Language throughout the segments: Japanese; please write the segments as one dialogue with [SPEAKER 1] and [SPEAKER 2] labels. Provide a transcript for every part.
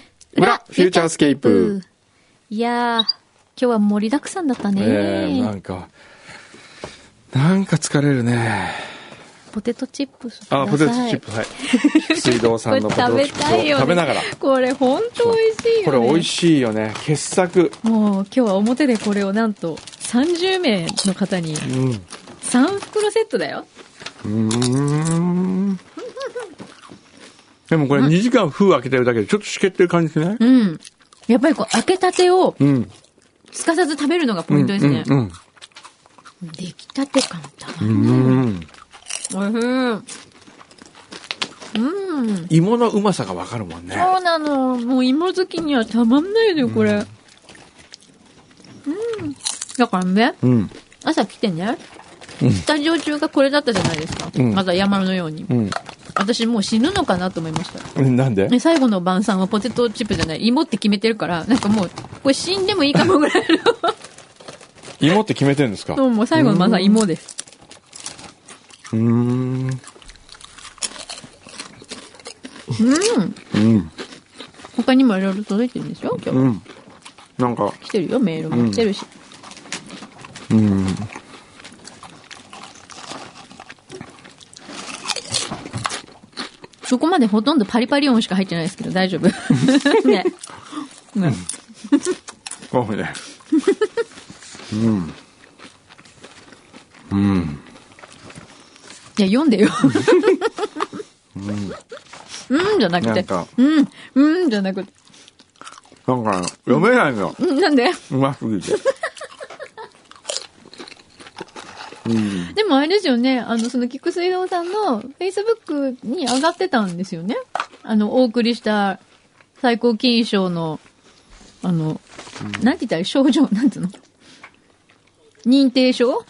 [SPEAKER 1] ューチャースケープ。
[SPEAKER 2] いやー、今日は盛りだくさんだったね、
[SPEAKER 1] えー、なんか、なんか疲れるね。
[SPEAKER 2] ポテトチップスください。
[SPEAKER 1] あ、ポテトチップ、はい。水道さんのポテトチップス
[SPEAKER 2] これ食べたいよ
[SPEAKER 1] を
[SPEAKER 2] ね
[SPEAKER 1] 食べながら。
[SPEAKER 2] これ本当美味しいよ、ね。
[SPEAKER 1] これ美味しいよね。傑作。
[SPEAKER 2] もう今日は表でこれをなんと30名の方に
[SPEAKER 1] うん。う
[SPEAKER 2] 3袋セットだよ。
[SPEAKER 1] ーん。でもこれ2時間封開けてるだけでちょっとしけってる感じしない
[SPEAKER 2] うん。やっぱりこう開けたてを
[SPEAKER 1] うん。
[SPEAKER 2] すかさず食べるのがポイントですね。
[SPEAKER 1] うんうん
[SPEAKER 2] 出来たて感だ。
[SPEAKER 1] うん。うん。
[SPEAKER 2] おいしい。うん。
[SPEAKER 1] 芋のうまさがわかるもんね。
[SPEAKER 2] そうなの。もう芋好きにはたまんないのよ、これ。うん。だからね、
[SPEAKER 1] うん。
[SPEAKER 2] 朝来てね、スタジオ中がこれだったじゃないですか。
[SPEAKER 1] うん
[SPEAKER 2] まだ山のように。
[SPEAKER 1] うん。
[SPEAKER 2] 私もう死ぬのかなと思いました。
[SPEAKER 1] えなんで
[SPEAKER 2] ね最後の晩餐はポテトチップじゃない、芋って決めてるから、なんかもう、これ死んでもいいかもぐらい
[SPEAKER 1] 芋って決めてるんですか
[SPEAKER 2] の、もう最後の晩餐は芋です。
[SPEAKER 1] うーん。
[SPEAKER 2] うん。
[SPEAKER 1] うん。
[SPEAKER 2] 他にもいろいろ届いてるんでしょ今日。
[SPEAKER 1] うん。なんか、
[SPEAKER 2] 来てるよ、メールも来てるし。
[SPEAKER 1] うん。
[SPEAKER 2] そこまでほとんどパリパリ音しか入ってないですけど、大丈 夫。ね。ね
[SPEAKER 1] そうね。うん。うん。
[SPEAKER 2] いや、読んでよ。うん、じゃなく
[SPEAKER 1] な
[SPEAKER 2] て
[SPEAKER 1] んか。
[SPEAKER 2] うん、うん、じゃなくて。
[SPEAKER 1] なんか、読めないの。
[SPEAKER 2] うんなんで
[SPEAKER 1] うますぎて。うん。
[SPEAKER 2] でもあれですよね、あの、その、菊水道さんの Facebook に上がってたんですよね。あの、お送りした最高金賞の、あの、なんて言ったらいい賞状、なんつうの認定証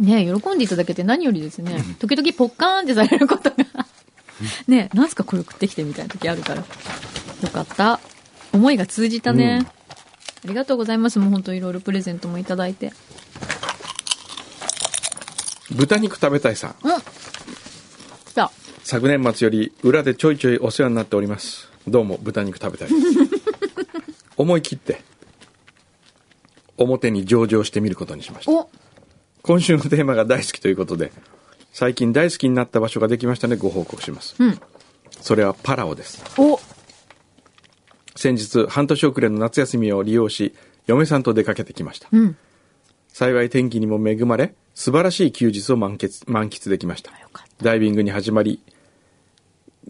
[SPEAKER 2] ねえ喜んでいただけて何よりですね。時々ポッカーンってされることが。ねえ、なんすかこれ食ってきてみたいな時あるから。よかった。思いが通じたね。
[SPEAKER 1] うん
[SPEAKER 2] ありがとうございます。もう本当いろいろプレゼントもいただいて。
[SPEAKER 1] 豚肉食べたいさん。
[SPEAKER 2] うん。来た。
[SPEAKER 1] 昨年末より裏でちょいちょいお世話になっております。どうも、豚肉食べた い。思い切って、表に上場してみることにしました。
[SPEAKER 2] お、
[SPEAKER 1] 今週のテーマが大好きということで最近大好きになった場所ができましたねご報告します
[SPEAKER 2] うん。
[SPEAKER 1] それはパラオです
[SPEAKER 2] お、
[SPEAKER 1] 先日半年遅れの夏休みを利用し嫁さんと出かけてきました
[SPEAKER 2] うん。
[SPEAKER 1] 幸い天気にも恵まれ素晴らしい休日を満喫満喫できました
[SPEAKER 2] よかっ
[SPEAKER 1] ダイビングに始まり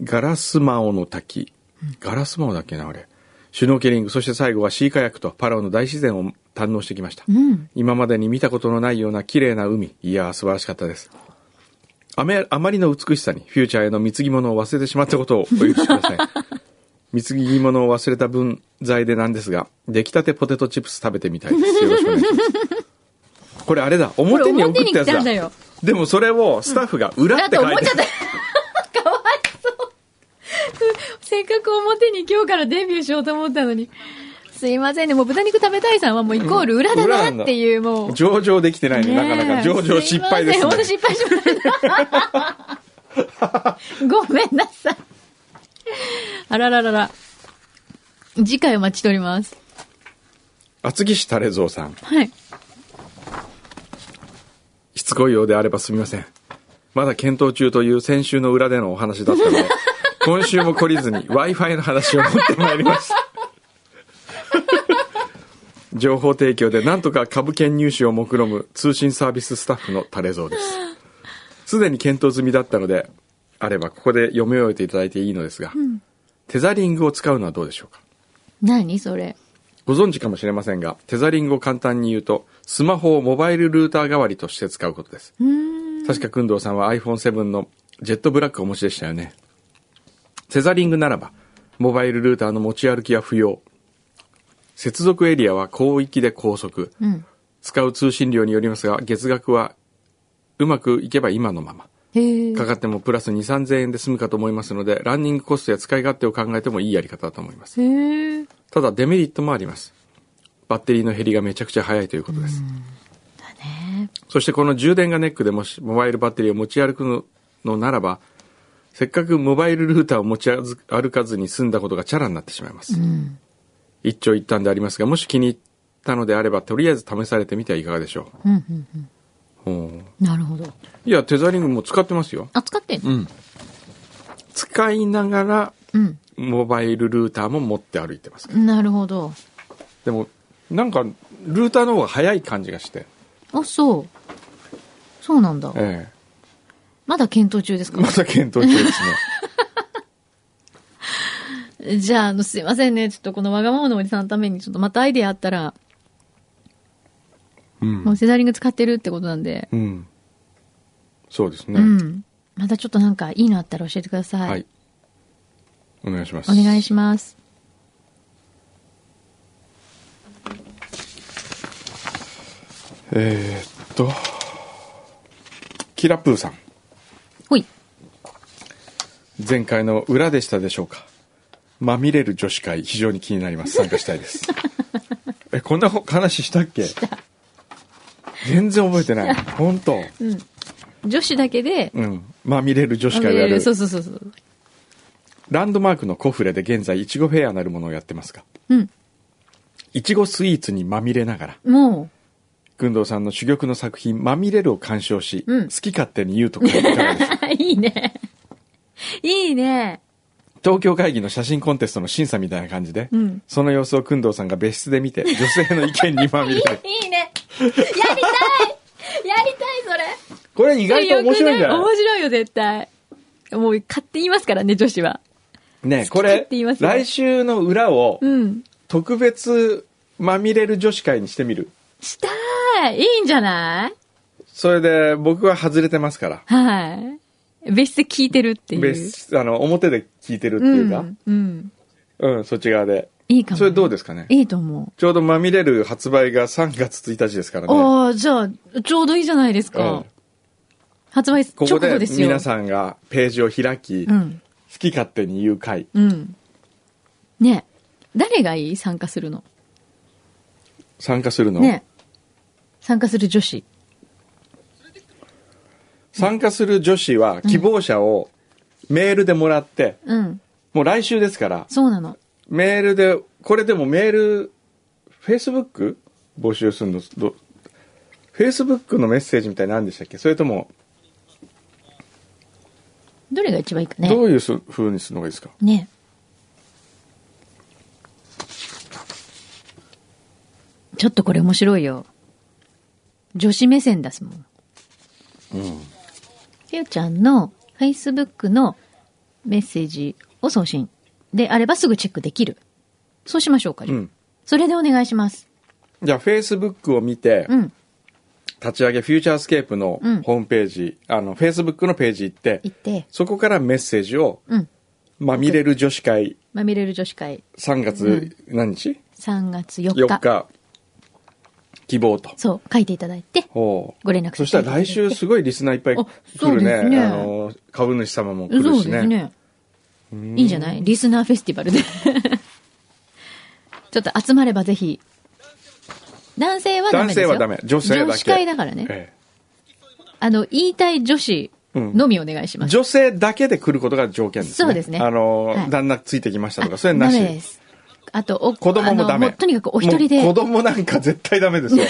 [SPEAKER 1] ガラスマオの滝ガラスマオだっけなあれシュノーケリングそして最後はシーカヤックとパラオの大自然を堪能してきました、
[SPEAKER 2] うん。
[SPEAKER 1] 今までに見たことのないような綺麗な海いやー素晴らしかったですあめあまりの美しさにフューチャーへの貢ぎ物を忘れてしまったことをお許しくださ い貢ぎ物を忘れた分際でなんですが出来たてポテトチップス食べてみたいですよろしくお願いしますこれあれだ
[SPEAKER 2] これ
[SPEAKER 1] 表に送
[SPEAKER 2] 表
[SPEAKER 1] っ
[SPEAKER 2] に
[SPEAKER 1] たや
[SPEAKER 2] 来
[SPEAKER 1] つだ
[SPEAKER 2] たんだよ。
[SPEAKER 1] でもそれをスタッフが裏
[SPEAKER 2] だ
[SPEAKER 1] っ
[SPEAKER 2] ってて
[SPEAKER 1] 書
[SPEAKER 2] 思
[SPEAKER 1] い
[SPEAKER 2] っち
[SPEAKER 1] て
[SPEAKER 2] ゃった。 かわいそう。せっかく表に今日からデビューしようと思ったのに。すいませんね。もう豚肉食べたいさんはもうイコール裏
[SPEAKER 1] 裏な
[SPEAKER 2] だ
[SPEAKER 1] ん
[SPEAKER 2] な
[SPEAKER 1] だ
[SPEAKER 2] っていう、もう。
[SPEAKER 1] 上場できてないねなかなか上場失敗です
[SPEAKER 2] ねえ。
[SPEAKER 1] ね
[SPEAKER 2] いません本当失敗しました。ご めんなさい。あらららら。次回お待ちしております。
[SPEAKER 1] 厚木市タレゾウさん
[SPEAKER 2] はい。
[SPEAKER 1] しつこいようであればすみません。まだ検討中という先週の裏でのお話だったので、今週も懲りずに Wi-Fi の話を持ってまいりました。情報提供でなんとか株券入手を目論む通信サービススタッフのタレゾウです。すでに検討済みだったので、あればここで読み終えていただいていいのですが、テザリングを使うのはどうでしょうか
[SPEAKER 2] 何それ。
[SPEAKER 1] ご存知かもしれませんが、テザリングを簡単に言うと、スマホをモバイルルーター代わりとして使うことです。
[SPEAKER 2] うーん。
[SPEAKER 1] 確か、くんどうさんは iPhone7 のジェットブラックをお持ちでしたよね。セザリングならば、モバイルルーターの持ち歩きは不要。接続エリアは広域で高速。
[SPEAKER 2] うん。
[SPEAKER 1] 使う通信量によりますが、月額はうまくいけば今のまま。
[SPEAKER 2] へえ。
[SPEAKER 1] かかってもプラス2、3000円で済むかと思いますので、ランニングコストや使い勝手を考えてもいいやり方だと思います。
[SPEAKER 2] へえ。
[SPEAKER 1] ただデメリットもありますバッテリーの減りがめちゃくちゃ早いということです、そしてこの充電がネックでもしモバイルバッテリーを持ち歩くのならばせっかくモバイルルーターを持ち歩かずに済んだことがチャラになってしまいます。
[SPEAKER 2] うん。
[SPEAKER 1] 一長一短でありますが、もし気に入ったのであれば、とりあえず試されてみてはいかがでしょ
[SPEAKER 2] うん、うん、う
[SPEAKER 1] う。
[SPEAKER 2] ん。
[SPEAKER 1] うん
[SPEAKER 2] なるほど。
[SPEAKER 1] いや、テザリングも使ってますよ。
[SPEAKER 2] あ、使ってんの
[SPEAKER 1] うん。使いながら、
[SPEAKER 2] うん。
[SPEAKER 1] モバイルルーターも持って歩いてます。
[SPEAKER 2] なるほど。
[SPEAKER 1] でも、なんか、ルーターの方が早い感じがして。
[SPEAKER 2] あ、そう。そうなんだ。
[SPEAKER 1] え
[SPEAKER 2] まだ検討中です
[SPEAKER 1] え。
[SPEAKER 2] か
[SPEAKER 1] また検討中ですね。
[SPEAKER 2] じゃあ、あの、すいませんね。ちょっとこのわがままのおじさんのために、ちょっとまたアイデアあったら、
[SPEAKER 1] う。
[SPEAKER 2] もうんセザリング使ってるってことなんで、
[SPEAKER 1] うん。そうですね。
[SPEAKER 2] うん。またちょっとなんかいいのあったら教えてください。
[SPEAKER 1] はい。お願いします。
[SPEAKER 2] お願いします。
[SPEAKER 1] えーっと、キラプーさん。
[SPEAKER 2] ほい。
[SPEAKER 1] 前回の裏でしたでしょうかまみれる女子会非常に気になります参加したいです えこんな話したっけ全然覚えてない本当
[SPEAKER 2] 女子だけで、
[SPEAKER 1] うんまみれる女子会をやる
[SPEAKER 2] そうそうそうそう。
[SPEAKER 1] ランドマークのコフレで現在いちごフェアなるものをやってますが
[SPEAKER 2] うん。
[SPEAKER 1] いちごスイーツにまみれながら
[SPEAKER 2] も
[SPEAKER 1] 工藤さんの珠玉の作品「まみれる」を鑑賞し、
[SPEAKER 2] うん
[SPEAKER 1] 好き勝手に言うとかいかがでしょ う
[SPEAKER 2] う、 いいね。いいね。
[SPEAKER 1] 東京会議の写真コンテストの審査みたいな感じで、
[SPEAKER 2] うん
[SPEAKER 1] その様子を工藤さんが別室で見て女性の意見にま みれる
[SPEAKER 2] いいね。やりたいやりたい、それ。
[SPEAKER 1] これ意外と面白いんじゃ
[SPEAKER 2] よく
[SPEAKER 1] な
[SPEAKER 2] 面白いよ、絶対。もう、勝手に言いますからね、女子は。
[SPEAKER 1] いねえ
[SPEAKER 2] 好
[SPEAKER 1] こ
[SPEAKER 2] きって
[SPEAKER 1] れ
[SPEAKER 2] 言いますよ
[SPEAKER 1] 来週の裏を
[SPEAKER 2] うん。
[SPEAKER 1] 特別まみれる女子会にしてみる
[SPEAKER 2] したいいいんじゃない
[SPEAKER 1] それで僕は外れてますから
[SPEAKER 2] はい。別室で聞いてるっていう。
[SPEAKER 1] 別室あの表で聞いてるっていうか
[SPEAKER 2] うん。うん。
[SPEAKER 1] うん、そっち側で
[SPEAKER 2] いいかも。
[SPEAKER 1] それどうですかね
[SPEAKER 2] いいと思
[SPEAKER 1] ちょうどまみれる発売が3月1日ですから
[SPEAKER 2] う。
[SPEAKER 1] ね
[SPEAKER 2] ああ、じゃあ、ちょうどいいじゃないですか。
[SPEAKER 1] うん
[SPEAKER 2] 発売直
[SPEAKER 1] ここ
[SPEAKER 2] 後
[SPEAKER 1] で
[SPEAKER 2] ですよ。
[SPEAKER 1] 皆さんがページを開き、
[SPEAKER 2] う
[SPEAKER 1] 好
[SPEAKER 2] ん。
[SPEAKER 1] き勝手に言う会
[SPEAKER 2] うん。ねえ誰がいい参加するの。
[SPEAKER 1] 参加するの、
[SPEAKER 2] ねえ参加する女子。
[SPEAKER 1] 参加する女子は希望者をメールでもらって、
[SPEAKER 2] うん。
[SPEAKER 1] もう来週ですから
[SPEAKER 2] そうなの。
[SPEAKER 1] メールで、これでもメール、Facebook? 募集するの、ど、Facebook のメッセージみたいなの何でしたっけそれとも、
[SPEAKER 2] どれが一番いいか
[SPEAKER 1] ど
[SPEAKER 2] ね。
[SPEAKER 1] ういうす風にするのがいいですか、
[SPEAKER 2] ねえちょっとこれ面白いよ。女子目線出すもん。ゆうちゃんの Facebook のメッセージを送信。であればすぐチェックできる。そうしましょうか。じゃあ
[SPEAKER 1] うん
[SPEAKER 2] それでお願いします。
[SPEAKER 1] じゃあ Facebook を見て、
[SPEAKER 2] うん。
[SPEAKER 1] 立ち上げフューチャースケープの
[SPEAKER 2] うん
[SPEAKER 1] ホームページ、あの、Facebook のページ行って、
[SPEAKER 2] 行って。
[SPEAKER 1] そこからメッセージを、
[SPEAKER 2] うん。
[SPEAKER 1] まみれる女子会
[SPEAKER 2] まみれる女子会
[SPEAKER 1] 3月何日、
[SPEAKER 2] 3月4日。
[SPEAKER 1] ?4 日、希望と。
[SPEAKER 2] そう、書いていただいて、
[SPEAKER 1] ほう
[SPEAKER 2] ご連絡
[SPEAKER 1] そしたら来週すごいリスナーいっぱい来るね。
[SPEAKER 2] あそうですね
[SPEAKER 1] あの、株主様も来るしね。
[SPEAKER 2] そうですね。いいんじゃないリスナーフェスティバルで。 ちょっと集まればぜひ。男性はダメですよ
[SPEAKER 1] 男性はダメ女性だけ
[SPEAKER 2] 女子会だからね。
[SPEAKER 1] え
[SPEAKER 2] あの、言いたい女子のみお願いし
[SPEAKER 1] え
[SPEAKER 2] ます。
[SPEAKER 1] 女性だけで来ることが条件ですね。
[SPEAKER 2] そうですね
[SPEAKER 1] あの、
[SPEAKER 2] はい
[SPEAKER 1] 旦那ついてきましたと
[SPEAKER 2] あ
[SPEAKER 1] か、それな
[SPEAKER 2] ダメで
[SPEAKER 1] し。
[SPEAKER 2] す。あと、お
[SPEAKER 1] 子供も
[SPEAKER 2] あ
[SPEAKER 1] ダ
[SPEAKER 2] の
[SPEAKER 1] メ。
[SPEAKER 2] うとにかくお一人で。
[SPEAKER 1] もう子供なんか絶対ダメ ですよ。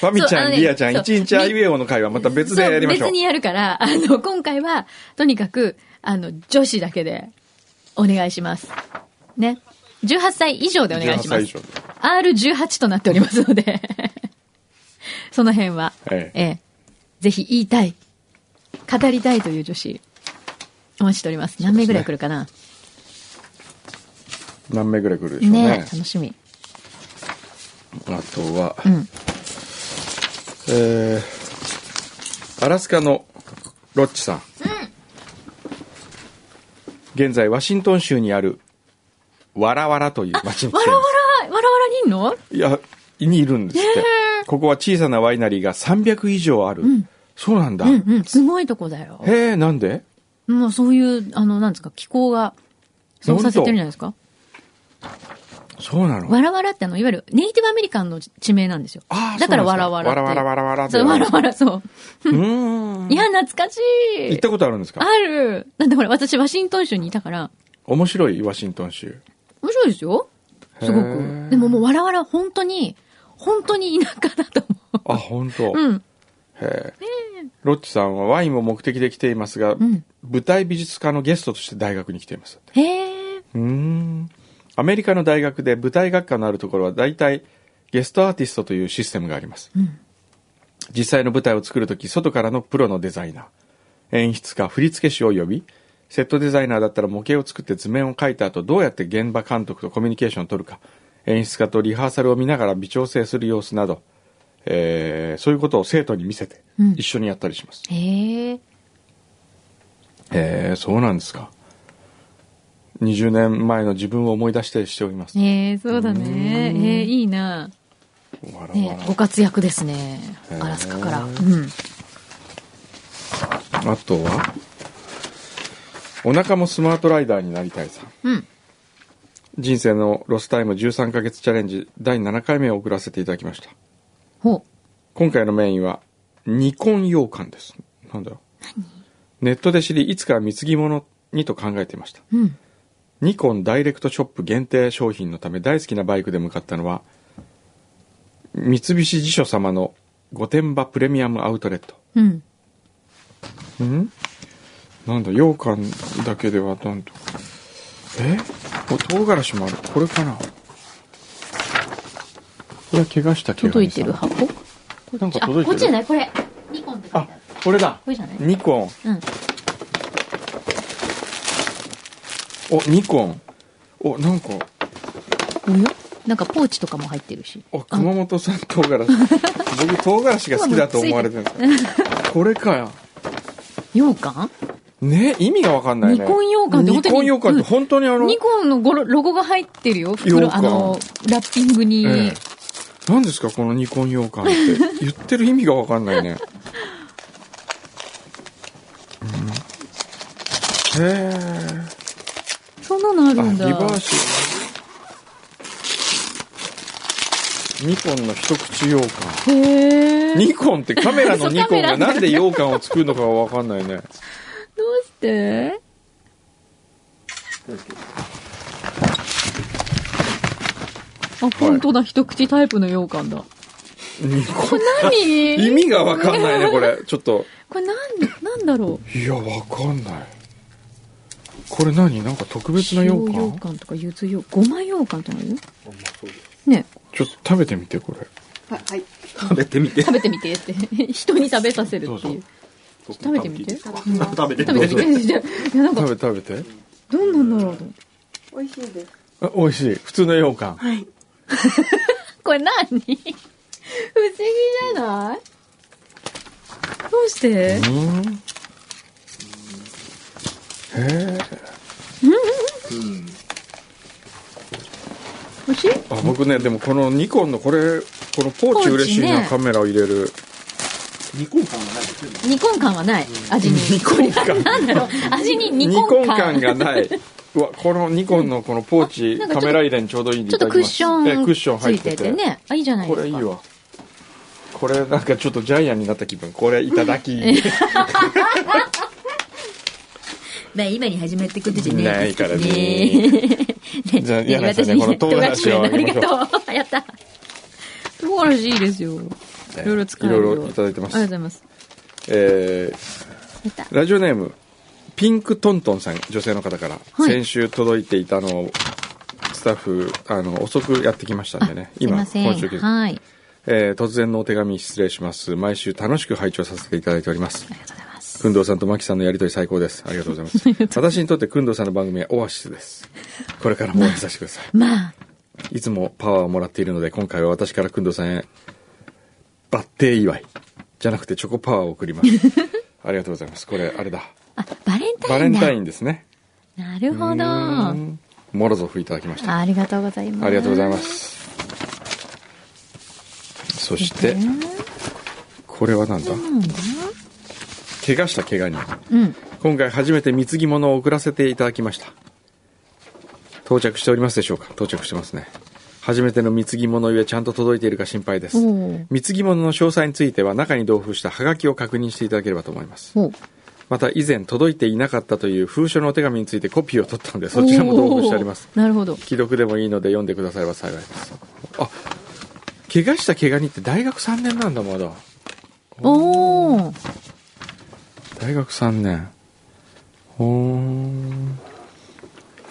[SPEAKER 1] ファミち
[SPEAKER 2] そうあ
[SPEAKER 1] ゃ
[SPEAKER 2] の
[SPEAKER 1] ん、
[SPEAKER 2] ね
[SPEAKER 1] リアちゃん、
[SPEAKER 2] そう
[SPEAKER 1] 一日あいうえおの会はまた別でやりましょ
[SPEAKER 2] そう別。にやるから、あの、今回は、とにかく、あの、女子だけで、お願いします。ね。18歳以上でお願いしま
[SPEAKER 1] 18歳以
[SPEAKER 2] す
[SPEAKER 1] 上。
[SPEAKER 2] R18 となっておりますので、 その辺は、
[SPEAKER 1] ええ
[SPEAKER 2] ええぜひ言いたい、語りたいという女子、お待ちしております。何名ぐらい来るかな
[SPEAKER 1] 何名ぐらい来るでしょう
[SPEAKER 2] ね
[SPEAKER 1] ね。
[SPEAKER 2] 楽しみ。
[SPEAKER 1] あとは、
[SPEAKER 2] ん
[SPEAKER 1] えーアラスカのロッチさん、現在ワシントン州にあるわらわらという町に来
[SPEAKER 2] わ
[SPEAKER 1] てい
[SPEAKER 2] らわ
[SPEAKER 1] ます
[SPEAKER 2] ら、わらわらにいんの
[SPEAKER 1] いやにいるんですって、ここは小さなワイナリーが300以上ある、そうなんだ、
[SPEAKER 2] うんうん、すごいとこだよ。
[SPEAKER 1] へえなんで
[SPEAKER 2] もうそういう、あの、なんですか、気候が、そうさせてるんじゃないですか
[SPEAKER 1] そうなの
[SPEAKER 2] わらわらってあの、いわゆるネイティブアメリカンの地名なんですよ。
[SPEAKER 1] ああ
[SPEAKER 2] だから
[SPEAKER 1] そう
[SPEAKER 2] わ
[SPEAKER 1] な
[SPEAKER 2] ら
[SPEAKER 1] ん
[SPEAKER 2] わ
[SPEAKER 1] です
[SPEAKER 2] ら
[SPEAKER 1] か
[SPEAKER 2] って。
[SPEAKER 1] わらわらわらわらって
[SPEAKER 2] そう、わらわら、そう
[SPEAKER 1] ー
[SPEAKER 2] う。
[SPEAKER 1] ん
[SPEAKER 2] いや、懐かしい。
[SPEAKER 1] 行ったことあるんですか
[SPEAKER 2] ある。なんでほら、私、ワシントン州にいたから、
[SPEAKER 1] 面白いワシントン州
[SPEAKER 2] 面白いですよ。すご
[SPEAKER 1] へー
[SPEAKER 2] く。でももう、わらわら、本当に、本当に田舎だと思
[SPEAKER 1] あ本当、
[SPEAKER 2] う。うん。
[SPEAKER 1] へえロッチさんはワインも目的で来ていますが、
[SPEAKER 2] ん
[SPEAKER 1] 舞台美術科のゲストとして大学に来ています
[SPEAKER 2] へえ。
[SPEAKER 1] うーんアメリカの大学で舞台学科のあるところは大体ゲストアーティストというシステムがあります、
[SPEAKER 2] ん
[SPEAKER 1] 実際の舞台を作るとき外からのプロのデザイナー演出家振付師を呼びセットデザイナーだったら模型を作って図面を描いた後どうやって現場監督とコミュニケーションを取るか演出家とリハーサルを見ながら微調整する様子など、えーそういうことを生徒に見せて
[SPEAKER 2] うん
[SPEAKER 1] 一緒にやったりします、
[SPEAKER 2] へえ。
[SPEAKER 1] へえそうなんですか20年前の自分を思い出してしております
[SPEAKER 2] へえ、そうだね。へえ、いいな。
[SPEAKER 1] わらわ
[SPEAKER 2] ねご活躍ですね。
[SPEAKER 1] へー
[SPEAKER 2] ガラス科から。うん。
[SPEAKER 1] らあとはお腹もスマートライダーになりたいさん
[SPEAKER 2] うん。
[SPEAKER 1] 人生のロスタイム13ヶ月チャレンジ第7回目を送らせていただきました
[SPEAKER 2] ほう。
[SPEAKER 1] 今回のメインはニコン羊羹ですなんだろうネットで知りいつか貢ぎ物にと考えていました
[SPEAKER 2] うん。
[SPEAKER 1] ニコンダイレクトショップ限定商品のため大好きなバイクで向かったのは三菱地所様の御殿場プレミアムアウトレット
[SPEAKER 2] うん。
[SPEAKER 1] んなんだ羊羹だけではなんとえお唐辛子もあるこれかなこれは怪我した怪我
[SPEAKER 2] 届いてる箱
[SPEAKER 1] なんか
[SPEAKER 2] あ、こ
[SPEAKER 1] 届いてる
[SPEAKER 2] っちじゃないこれ。ニコンって書い
[SPEAKER 1] あ
[SPEAKER 2] てある。
[SPEAKER 1] これだ
[SPEAKER 2] これじゃない
[SPEAKER 1] ニコン
[SPEAKER 2] うん。
[SPEAKER 1] おニコンおなんか
[SPEAKER 2] おやなんかポーチとかも入ってるし。
[SPEAKER 1] あ熊本産唐辛子僕唐辛子が好きだと思われてるん ですかこれかよ
[SPEAKER 2] 羊羹
[SPEAKER 1] ね意味がわかんないね
[SPEAKER 2] ニコン羊羹
[SPEAKER 1] ニコン羊羹って
[SPEAKER 2] って本当に
[SPEAKER 1] 本当にあの、
[SPEAKER 2] ニコンのゴロロゴが入ってるよ。
[SPEAKER 1] 羊
[SPEAKER 2] 袋、
[SPEAKER 1] 羹
[SPEAKER 2] あの、ラッピングに。
[SPEAKER 1] ええ何ですかこのニコン羊 羹って言ってる意味がわかんないね、うん、へえ
[SPEAKER 2] そんなのあ
[SPEAKER 1] あ
[SPEAKER 2] る
[SPEAKER 1] リ
[SPEAKER 2] んだ。
[SPEAKER 1] バーシニコンの一口 羊羹
[SPEAKER 2] へえ。どう
[SPEAKER 1] ニコンってカメラのニコンが
[SPEAKER 2] そうカメラの
[SPEAKER 1] なんで羊羹を作るのかがわかんないね
[SPEAKER 2] してあ、本当だ、一口タイプの羊羹だ。
[SPEAKER 1] ニコン
[SPEAKER 2] 何
[SPEAKER 1] 意味がわかんないねこれちょっと
[SPEAKER 2] これなん、なんだろう。
[SPEAKER 1] いやわかんないこれ何なんか特別な羊
[SPEAKER 2] 塩
[SPEAKER 1] 羹
[SPEAKER 2] 羊羹とか、ゆず羊、ごま羊羹ってあるよ。ね、
[SPEAKER 1] ちょっと食べてみてこれ
[SPEAKER 3] ははい。
[SPEAKER 4] 食べてみて
[SPEAKER 2] 食べてみてって。 人に食べさせるって
[SPEAKER 1] どう
[SPEAKER 2] い
[SPEAKER 1] ぞ
[SPEAKER 2] う。食べてみて。食
[SPEAKER 4] 食べて
[SPEAKER 2] べ
[SPEAKER 4] み
[SPEAKER 2] て
[SPEAKER 4] て
[SPEAKER 1] どうぞ
[SPEAKER 2] みて。いや、なん
[SPEAKER 1] 食
[SPEAKER 2] か
[SPEAKER 1] べ、て食べて
[SPEAKER 2] どうなんだろうと思って。
[SPEAKER 3] 美味しいです。
[SPEAKER 1] あ美味しい普通の羊羹
[SPEAKER 3] はい。
[SPEAKER 2] これ何不思議じゃないどうして
[SPEAKER 1] うんへえ
[SPEAKER 4] うん
[SPEAKER 2] 美味しい
[SPEAKER 1] あ僕ねでもこのニコンのこれこのポーチ嬉しい
[SPEAKER 2] ポーチ
[SPEAKER 1] な、
[SPEAKER 2] ね
[SPEAKER 1] カメラを入れる
[SPEAKER 4] 煮込む感がないですよね
[SPEAKER 2] ニコン感はない。味に。
[SPEAKER 1] ニコン感
[SPEAKER 2] なんだろう味にニ
[SPEAKER 1] ニ
[SPEAKER 2] コ
[SPEAKER 1] コ
[SPEAKER 2] ン
[SPEAKER 1] ン
[SPEAKER 2] 感。
[SPEAKER 1] 感がないうわこのニコンのこのポーチ、
[SPEAKER 2] なんかちょっと
[SPEAKER 1] カメラ入れにちょうどいいんで
[SPEAKER 2] ち
[SPEAKER 1] い
[SPEAKER 2] ょったと
[SPEAKER 1] だ
[SPEAKER 2] ク
[SPEAKER 1] き
[SPEAKER 2] ッ
[SPEAKER 1] ます
[SPEAKER 2] ション
[SPEAKER 1] えクッション
[SPEAKER 2] つ
[SPEAKER 1] 入
[SPEAKER 2] い
[SPEAKER 1] ってて
[SPEAKER 2] て
[SPEAKER 1] て
[SPEAKER 2] ね。あ、いいじゃないで
[SPEAKER 1] こ
[SPEAKER 2] す
[SPEAKER 1] れ
[SPEAKER 2] か。
[SPEAKER 1] いいわこれなんかちょっとジャイアンになった気分これいただき
[SPEAKER 2] まあ今に始まってことじゃ
[SPEAKER 1] な
[SPEAKER 2] ない
[SPEAKER 1] いから
[SPEAKER 2] ね
[SPEAKER 1] ねじゃあ
[SPEAKER 2] ね
[SPEAKER 1] 柳井さんねこの唐辛子を
[SPEAKER 2] ありがとう。やった。唐辛子いいですよ。いろいろ使えるよ。
[SPEAKER 1] いろいろいただいてます
[SPEAKER 2] ありがとうございま
[SPEAKER 1] えー
[SPEAKER 2] す。やった。
[SPEAKER 1] ラジオネームピンクトントンさん女性の方から、
[SPEAKER 2] はい
[SPEAKER 1] 先週届いていたのをスタッフあの遅くやってきましたんでね
[SPEAKER 2] すい
[SPEAKER 1] 今
[SPEAKER 2] ま
[SPEAKER 1] 今
[SPEAKER 2] せん。
[SPEAKER 1] 週です
[SPEAKER 2] はい。
[SPEAKER 1] えー突然のお手紙失礼します毎週楽しく拝聴させていただいております
[SPEAKER 2] ありがとうございます。
[SPEAKER 1] くんどうさんとまきさんのやりとり最高ですありがとうございます 私にとってくんどうさんの番組はオアシスですこれからも応援させてください
[SPEAKER 2] まあ、
[SPEAKER 1] いつもパワーをもらっているので、今回は私からくんどうさんへ、バッテー祝い。じゃなくてチョコパワーを送ります。ありがとうございます。これ、あれだ。
[SPEAKER 2] あ、バレンタインだ。
[SPEAKER 1] バレンタインですね。
[SPEAKER 2] なるほど。
[SPEAKER 1] うー
[SPEAKER 2] あ
[SPEAKER 1] んモロゾフいただきました。あ
[SPEAKER 2] ありがとうございます。。
[SPEAKER 1] りがとうございますす。そして、これはなんだ怪我した怪我人。
[SPEAKER 2] うん。
[SPEAKER 1] 今回初めて貢ぎ物を送らせていただきました。到着しておりますでしょうか到着してますね。初めての貢ぎ物ゆえちゃんと届いているか心配です
[SPEAKER 2] おう
[SPEAKER 1] 貢ぎ物の詳細については中に同封したハガキを確認していただければと思います
[SPEAKER 2] おう
[SPEAKER 1] また以前届いていなかったという封書のお手紙についてコピーを取ったのでそちらも同封してあります
[SPEAKER 2] おうなるほど
[SPEAKER 1] 既読でもいいので読んでくだされば幸いですあ怪我した怪我人って大学3年なんだまだ
[SPEAKER 2] おお
[SPEAKER 1] 大学3年ほーん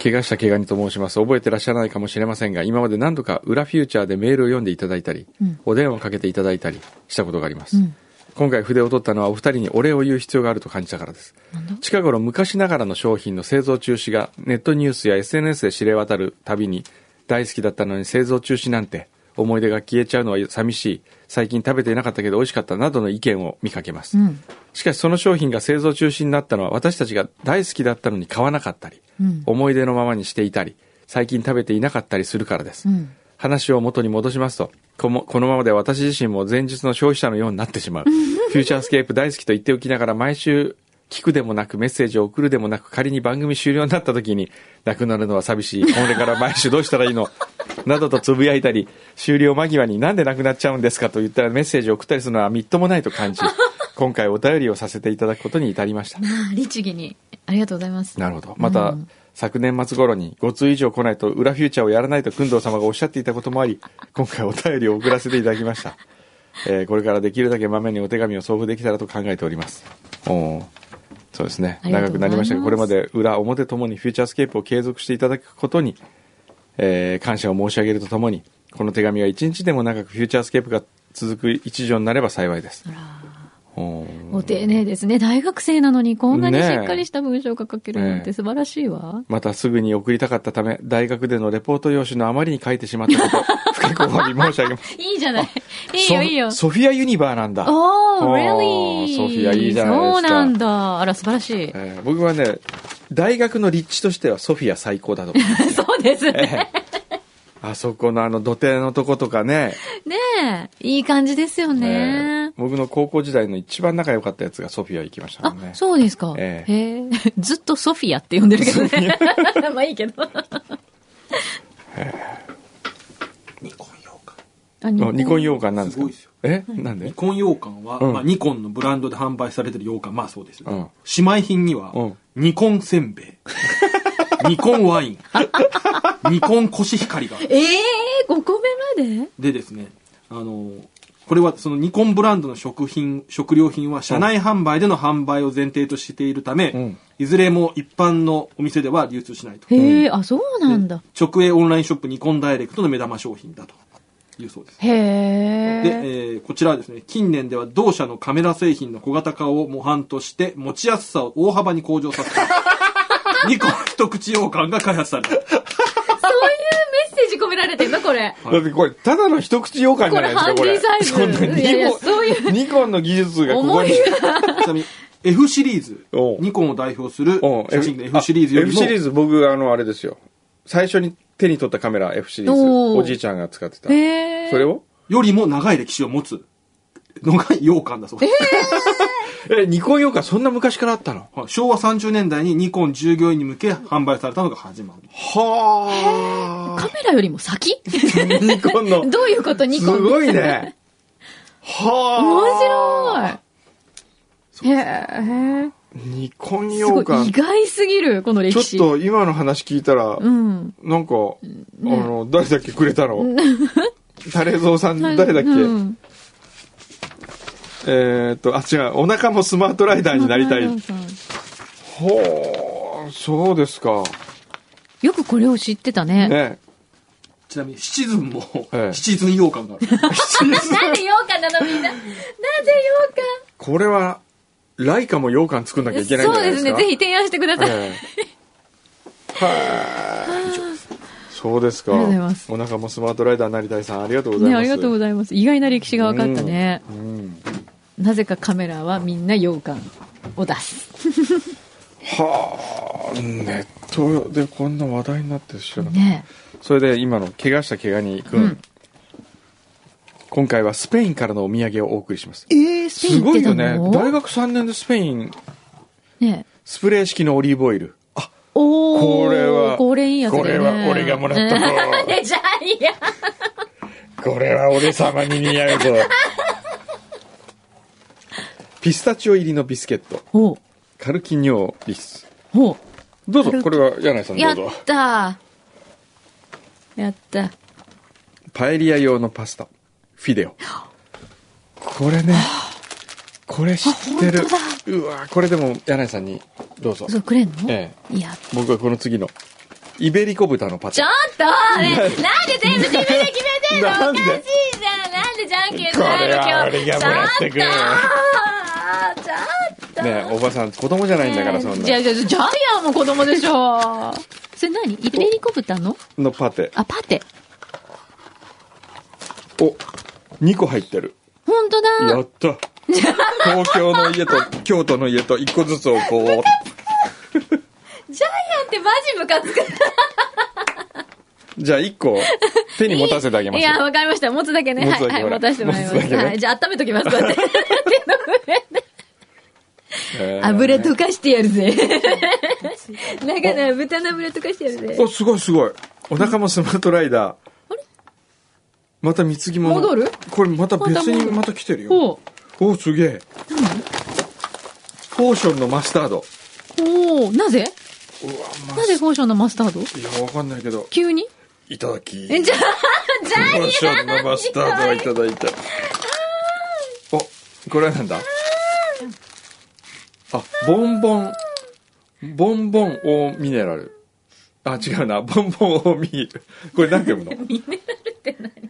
[SPEAKER 1] 怪我した怪我人と申します覚えてらっしゃらないかもしれませんが今まで何度か「裏フューチャー」でメールを読んでいただいたり、
[SPEAKER 2] うん
[SPEAKER 1] お電話をかけていただいたりしたことがあります、
[SPEAKER 2] うん
[SPEAKER 1] 今回筆を取ったのはお二人にお礼を言う必要があると感じたからです
[SPEAKER 2] なんだ
[SPEAKER 1] 近頃昔ながらの商品の製造中止がネットニュースや SNS で知れ渡るたびに大好きだったのに製造中止なんて思い出が消えちゃうのは寂しい最近食べていなかったけど美味しかったなどの意見を見かけます、
[SPEAKER 2] うん
[SPEAKER 1] しかしその商品が製造中止になったのは私たちが大好きだったのに買わなかったり、
[SPEAKER 2] うん
[SPEAKER 1] 思い出のままにしていたり最近食べていなかったりするからです、
[SPEAKER 2] うん
[SPEAKER 1] 話を元に戻しますとこのこのままでは私自身も前日の消費者のようになってし まうフューチャースケープ大好きと言っておきながら毎週聞くでもなくメッセージを送るでもなく仮に番組終了になった時になくなるのは寂しいこれから毎週どうしたらいいのなどとつぶやいたり終了間際になんでなくなっちゃうんですかと言ったらメッセージを送ったりするのはみっともないと感じ今回お便りをさせていただくことに至りました
[SPEAKER 2] まあ律儀にありがとうございます
[SPEAKER 1] なるほど。また、
[SPEAKER 2] うん
[SPEAKER 1] 昨年末頃に5通以上来ないと裏フューチャーをやらないと工藤様がおっしゃっていたこともあり、今回お便りを送らせていただきました。 えーこれからできるだけまめにお手紙を送付できたらと考えております。おーそうですね。
[SPEAKER 2] ありが
[SPEAKER 1] 長
[SPEAKER 2] とう
[SPEAKER 1] く
[SPEAKER 2] ご
[SPEAKER 1] な
[SPEAKER 2] ざいます
[SPEAKER 1] りましたが、これまで裏表ともにフューチャースケープを継続していただくことに、えー感謝を申し上げるとともに、この手紙は一日でも長くフューチャースケープが続く一助になれば幸いです。おー
[SPEAKER 2] お丁寧ですね大学生なのにこんなにし
[SPEAKER 1] ねえ
[SPEAKER 2] っかりした文章が書けるなん
[SPEAKER 1] ねえ
[SPEAKER 2] て素晴らしいわ、
[SPEAKER 1] またすぐに送りたかったため、大学でのレポート用紙のあまりに書いてしまった こと、深くお詫び申し上げます。
[SPEAKER 2] いいじゃないいいよいいよ
[SPEAKER 1] ソソフィアユニバーなんだ。
[SPEAKER 2] おー、
[SPEAKER 1] おー
[SPEAKER 2] really?
[SPEAKER 1] ソフィアいいじゃないですか
[SPEAKER 2] そうなんだ。あら、素晴らしい。
[SPEAKER 1] えー僕はね、大学の立地としてはソフィア最高 だと思う。
[SPEAKER 2] そうですね。
[SPEAKER 1] あそこのあの土手のとことかね。
[SPEAKER 2] ねえ、いい感じですよ
[SPEAKER 1] え
[SPEAKER 2] ね
[SPEAKER 1] ー。僕の高校時代の一番仲良かったやつがソフィア行きましたか
[SPEAKER 2] あ
[SPEAKER 1] らね、。
[SPEAKER 2] そうですか。
[SPEAKER 1] え
[SPEAKER 2] へ
[SPEAKER 1] え
[SPEAKER 2] え。 ずっとソフィアって呼んでるけどね。 まあいいけど。
[SPEAKER 4] ニコン羊羹。
[SPEAKER 2] あ
[SPEAKER 1] あニコン羊羹なんですか
[SPEAKER 4] すごいですよ
[SPEAKER 1] えなん
[SPEAKER 4] ニ
[SPEAKER 1] で
[SPEAKER 4] コン羊羹は、
[SPEAKER 1] うん
[SPEAKER 4] まあ、ニコンのブランドで販売されてる羊羹、まあそうですよね、
[SPEAKER 1] うん
[SPEAKER 4] 姉妹品には、
[SPEAKER 1] うん
[SPEAKER 4] ニコンせ んべい、ニコンワイン、ニコンコシヒカリが。
[SPEAKER 2] ええー、5個目まで
[SPEAKER 4] でですね、あの、これはそのニコンブランドの食品、食料品は社内販売での販売を前提としているため、
[SPEAKER 1] うん
[SPEAKER 4] いずれも一般のお店では流通しないと。
[SPEAKER 2] へえ、あ、そうなんだ。
[SPEAKER 4] 直営オンラインショップニコンダイレクトの目玉商品だというそうです。
[SPEAKER 2] へ
[SPEAKER 4] で、え
[SPEAKER 2] え。
[SPEAKER 4] ーこちらはですね、近年では同社のカメラ製品の小型化を模範として、持ちやすさを大幅に向上させた。ニコン一口羊羹が開発された。
[SPEAKER 2] そういうメッセージ込められてんの これ。
[SPEAKER 1] だってこれ、ただの一口羊羹じ
[SPEAKER 2] こ
[SPEAKER 1] ゃな
[SPEAKER 2] れ
[SPEAKER 1] いです
[SPEAKER 2] ハ
[SPEAKER 1] か、
[SPEAKER 2] ン
[SPEAKER 1] こ
[SPEAKER 2] デ
[SPEAKER 1] れ。
[SPEAKER 2] ィサイズ。いやいや、そういう
[SPEAKER 1] ニコンの技術がここ
[SPEAKER 2] 思い
[SPEAKER 1] に。
[SPEAKER 2] が。
[SPEAKER 4] ちなみに、F シリーズ
[SPEAKER 1] おう、
[SPEAKER 4] ニコンを代表する
[SPEAKER 1] うん
[SPEAKER 4] 写真機の F シリーズよりも
[SPEAKER 1] F シリーズ僕あのあれですよ最初に手に取ったカメラ F シリーズ
[SPEAKER 2] おー
[SPEAKER 1] おじいちゃんが使ってた
[SPEAKER 2] へえ。
[SPEAKER 1] それを
[SPEAKER 4] よりも長い歴史を持つのが羊羹だそうです。
[SPEAKER 1] えニコン用かそんな昔からあったの
[SPEAKER 4] はい昭和30年代にニコン従業員に向け販売されたのが始まる。
[SPEAKER 1] は
[SPEAKER 2] カメラよりも 先
[SPEAKER 1] あニコンの
[SPEAKER 2] どういうことニ
[SPEAKER 1] す
[SPEAKER 2] コンって
[SPEAKER 1] ごいねはあ
[SPEAKER 2] 面白い。へえ。
[SPEAKER 1] 白いニコン
[SPEAKER 2] すご
[SPEAKER 1] 用か
[SPEAKER 2] い意外すぎる、この
[SPEAKER 1] ち
[SPEAKER 2] 歴
[SPEAKER 1] ょ
[SPEAKER 2] 史。
[SPEAKER 1] っと今の話聞いたら、
[SPEAKER 2] うん。
[SPEAKER 1] なんか、あの誰だっけくれたのタレゾウさん誰だっけ、
[SPEAKER 2] うん
[SPEAKER 1] えーっとあ違うお腹もスマートライダーになりたい
[SPEAKER 2] 中村
[SPEAKER 1] ほうそうですか
[SPEAKER 2] よくこれを知ってた ね。
[SPEAKER 1] ね
[SPEAKER 4] ちなみに、シチズンも、
[SPEAKER 1] ええ
[SPEAKER 4] シチズン羊羹がある。
[SPEAKER 2] なんで羊羹なのみんな。なぜ
[SPEAKER 1] これはライカも羊羹作んなきゃい
[SPEAKER 2] 羊
[SPEAKER 1] け
[SPEAKER 2] 羹
[SPEAKER 1] ないんじ
[SPEAKER 2] そ
[SPEAKER 1] ゃ
[SPEAKER 2] う
[SPEAKER 1] ない
[SPEAKER 2] で
[SPEAKER 1] ですすか
[SPEAKER 2] ね。ぜひ提案してください。
[SPEAKER 1] ええはいそうですか
[SPEAKER 2] ありがとうございます
[SPEAKER 1] お腹もスマートライダーなりたいさんありがとうござい
[SPEAKER 2] ね、
[SPEAKER 1] ます
[SPEAKER 2] ありがとうご
[SPEAKER 1] ざい
[SPEAKER 2] ざいます。意外な歴史が分かったね。
[SPEAKER 1] ます
[SPEAKER 2] なぜかカメラはみんな羊羹を出す。
[SPEAKER 1] はあネットでこんな話題になって知らなかった
[SPEAKER 2] ね
[SPEAKER 1] それで今の怪我した怪我に行くん、
[SPEAKER 2] うん
[SPEAKER 1] 今回はスペインからのお土産をお送りします
[SPEAKER 2] えー、スペイ
[SPEAKER 1] す
[SPEAKER 2] ン行っ
[SPEAKER 1] ご
[SPEAKER 2] て
[SPEAKER 1] い
[SPEAKER 2] た
[SPEAKER 1] よね
[SPEAKER 2] の
[SPEAKER 1] 大学3年でスペイン
[SPEAKER 2] ね
[SPEAKER 1] スプレー式のオリーブオイルあ
[SPEAKER 2] おー。
[SPEAKER 1] これは
[SPEAKER 2] これいいやつだよね。
[SPEAKER 1] これは俺がもらった ぞ
[SPEAKER 2] ねねじゃあ、いや。
[SPEAKER 1] これは俺様に似合うぞピスタチオ入りのビスケット
[SPEAKER 2] おう。
[SPEAKER 1] カルキニョーリス
[SPEAKER 2] おう。
[SPEAKER 1] どうぞ
[SPEAKER 2] カルキ
[SPEAKER 1] これは柳井さんど
[SPEAKER 2] や
[SPEAKER 1] う
[SPEAKER 2] っ
[SPEAKER 1] ぞ
[SPEAKER 2] たやった。
[SPEAKER 1] パエリア用のパスタフィデオこれねこれ知ってる
[SPEAKER 2] あ本
[SPEAKER 1] うわこれでも柳井さんにどうぞ
[SPEAKER 2] そう、くれんの
[SPEAKER 1] え
[SPEAKER 2] いや、
[SPEAKER 1] 僕はこの次のイベリコ豚のパ
[SPEAKER 2] ち
[SPEAKER 1] タ
[SPEAKER 2] ょ
[SPEAKER 1] ー
[SPEAKER 2] っ
[SPEAKER 1] ン
[SPEAKER 2] とね、なんで全部自分で決めてんのお
[SPEAKER 1] な
[SPEAKER 2] か
[SPEAKER 1] ん
[SPEAKER 2] し
[SPEAKER 1] で
[SPEAKER 2] いじゃんなんでじゃんけんするの
[SPEAKER 1] これは俺がもらってく
[SPEAKER 2] ちょっとちょっと
[SPEAKER 1] ねえおばさん子供じゃないんだからそん
[SPEAKER 2] じゃあ、
[SPEAKER 1] な
[SPEAKER 2] じゃあ、ジャイアンも子供でしょそれ何イベリコ豚の
[SPEAKER 1] のパテ
[SPEAKER 2] あ、パテ。
[SPEAKER 1] お2個入ってる
[SPEAKER 2] ほんと
[SPEAKER 1] や
[SPEAKER 2] だ
[SPEAKER 1] った東京の家と京都の家と1個ずつをこう
[SPEAKER 2] ジャイアンってマジムカつく。
[SPEAKER 1] じゃあ1個手に持たせてあげま
[SPEAKER 2] い
[SPEAKER 1] すよ
[SPEAKER 2] や、わかりました。持つだけね。
[SPEAKER 1] 持
[SPEAKER 2] は
[SPEAKER 1] つ
[SPEAKER 2] い、
[SPEAKER 1] だけ
[SPEAKER 2] はい、
[SPEAKER 1] ほら
[SPEAKER 2] 持たせてもらいま
[SPEAKER 1] 持つだ
[SPEAKER 2] す。
[SPEAKER 1] けね
[SPEAKER 2] はい、じゃあ、温めときます。こうやって。手の 上で
[SPEAKER 1] えー
[SPEAKER 2] 油溶かしてやるぜ。 だから、豚の油溶かしてやるぜ。
[SPEAKER 1] おすごいすごいお腹もスマートライダーまた貢ぎ物
[SPEAKER 2] 戻る
[SPEAKER 1] これまた別
[SPEAKER 2] また戻
[SPEAKER 1] に
[SPEAKER 2] る
[SPEAKER 1] また来てるよ
[SPEAKER 2] ほ
[SPEAKER 1] おおすげえポーションのマスタード
[SPEAKER 2] う。ほう。なぜ
[SPEAKER 1] うわマ
[SPEAKER 2] なぜフォーションのマスタード
[SPEAKER 1] いやわかんないけど
[SPEAKER 2] 急に
[SPEAKER 1] いただき
[SPEAKER 2] え、じゃあ、じゃあ、
[SPEAKER 1] ポーションのマスタードをいただいておこれはなんだあボンボンボンボンオーミネラルあ違うなボンボンオーミールこれ何て読む の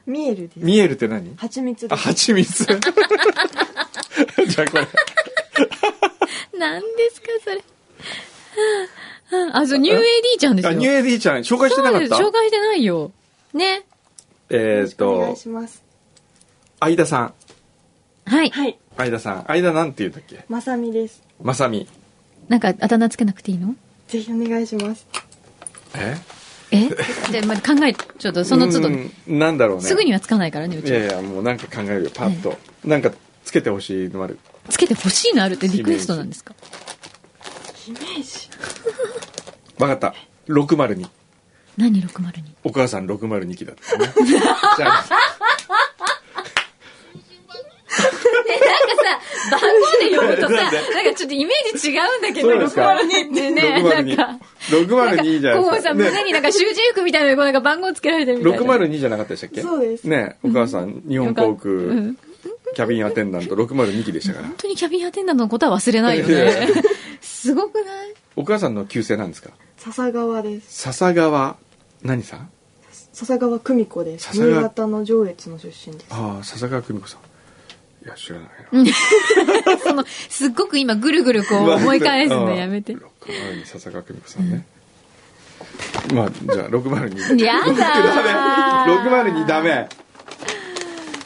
[SPEAKER 3] ミエルです。
[SPEAKER 1] ミエルって何
[SPEAKER 3] 蜂蜜
[SPEAKER 1] あ
[SPEAKER 3] です。
[SPEAKER 1] 蜂蜜 じゃあこれ
[SPEAKER 2] 何ですか、それ。あ、そう、ニューエディちゃんですよ。
[SPEAKER 1] あニューエディちゃん紹介してな
[SPEAKER 2] そう
[SPEAKER 1] か
[SPEAKER 2] で
[SPEAKER 1] っ
[SPEAKER 2] す。
[SPEAKER 1] た
[SPEAKER 2] 紹介してないよ。ね。
[SPEAKER 3] よ
[SPEAKER 1] え
[SPEAKER 3] ろ
[SPEAKER 1] っ
[SPEAKER 3] しくお願
[SPEAKER 1] と
[SPEAKER 3] いします。
[SPEAKER 1] 相田さん
[SPEAKER 2] はい。
[SPEAKER 3] はい。
[SPEAKER 1] 相田さん相田なんて言うんだっけ
[SPEAKER 3] まさみです。
[SPEAKER 1] まさみ
[SPEAKER 2] なんか、あだ名つけなくていいの
[SPEAKER 3] ぜひお願いします。
[SPEAKER 1] え
[SPEAKER 2] えじゃあ、まあ、考え、ちょっとその都度ね、
[SPEAKER 1] うんなんだろうね
[SPEAKER 2] すぐにはつかないからね、う
[SPEAKER 1] い
[SPEAKER 2] ちは
[SPEAKER 1] やいやもうなんか考えるよパッと、なんかつけてほしいのある
[SPEAKER 2] つけてほしいのあるってリクエストなんですか
[SPEAKER 3] イメージ。
[SPEAKER 1] わかった602
[SPEAKER 2] 何602
[SPEAKER 1] お母さん602期だったね じゃあ
[SPEAKER 2] 番号 で呼ぶとさ、
[SPEAKER 1] なん
[SPEAKER 2] なん
[SPEAKER 1] で
[SPEAKER 2] かちょっとイメージ違うんだけど、
[SPEAKER 1] そうですか
[SPEAKER 2] 602ってね、なんか。
[SPEAKER 1] 602じゃ
[SPEAKER 2] こ
[SPEAKER 1] な
[SPEAKER 2] う
[SPEAKER 1] いです
[SPEAKER 2] さ、
[SPEAKER 1] か
[SPEAKER 2] 胸になんか囚人服みたいなのにこうなんか番号つけられてるみたいな。
[SPEAKER 1] 602じゃなかったでしたっけ
[SPEAKER 3] そうです
[SPEAKER 1] ねお母さん日本航空、
[SPEAKER 2] うん
[SPEAKER 1] キャビンアテンダント602期でしたから
[SPEAKER 2] 本当にキャビンアテンダントのことは忘れないよね。すごくない
[SPEAKER 1] お母さんの旧姓なんですか
[SPEAKER 3] 笹川です。
[SPEAKER 1] 笹川何さん
[SPEAKER 3] 笹川久美子です。
[SPEAKER 1] 笹川
[SPEAKER 3] 新潟の上越の出身です。
[SPEAKER 1] ああ笹川久美子さんいや知らない
[SPEAKER 2] その、すっごく今ぐるぐるこう
[SPEAKER 1] な
[SPEAKER 2] 思い返すのやめて。
[SPEAKER 1] 602笹川久美子さんね、まあじゃあ602
[SPEAKER 2] やだー
[SPEAKER 1] 602ダメ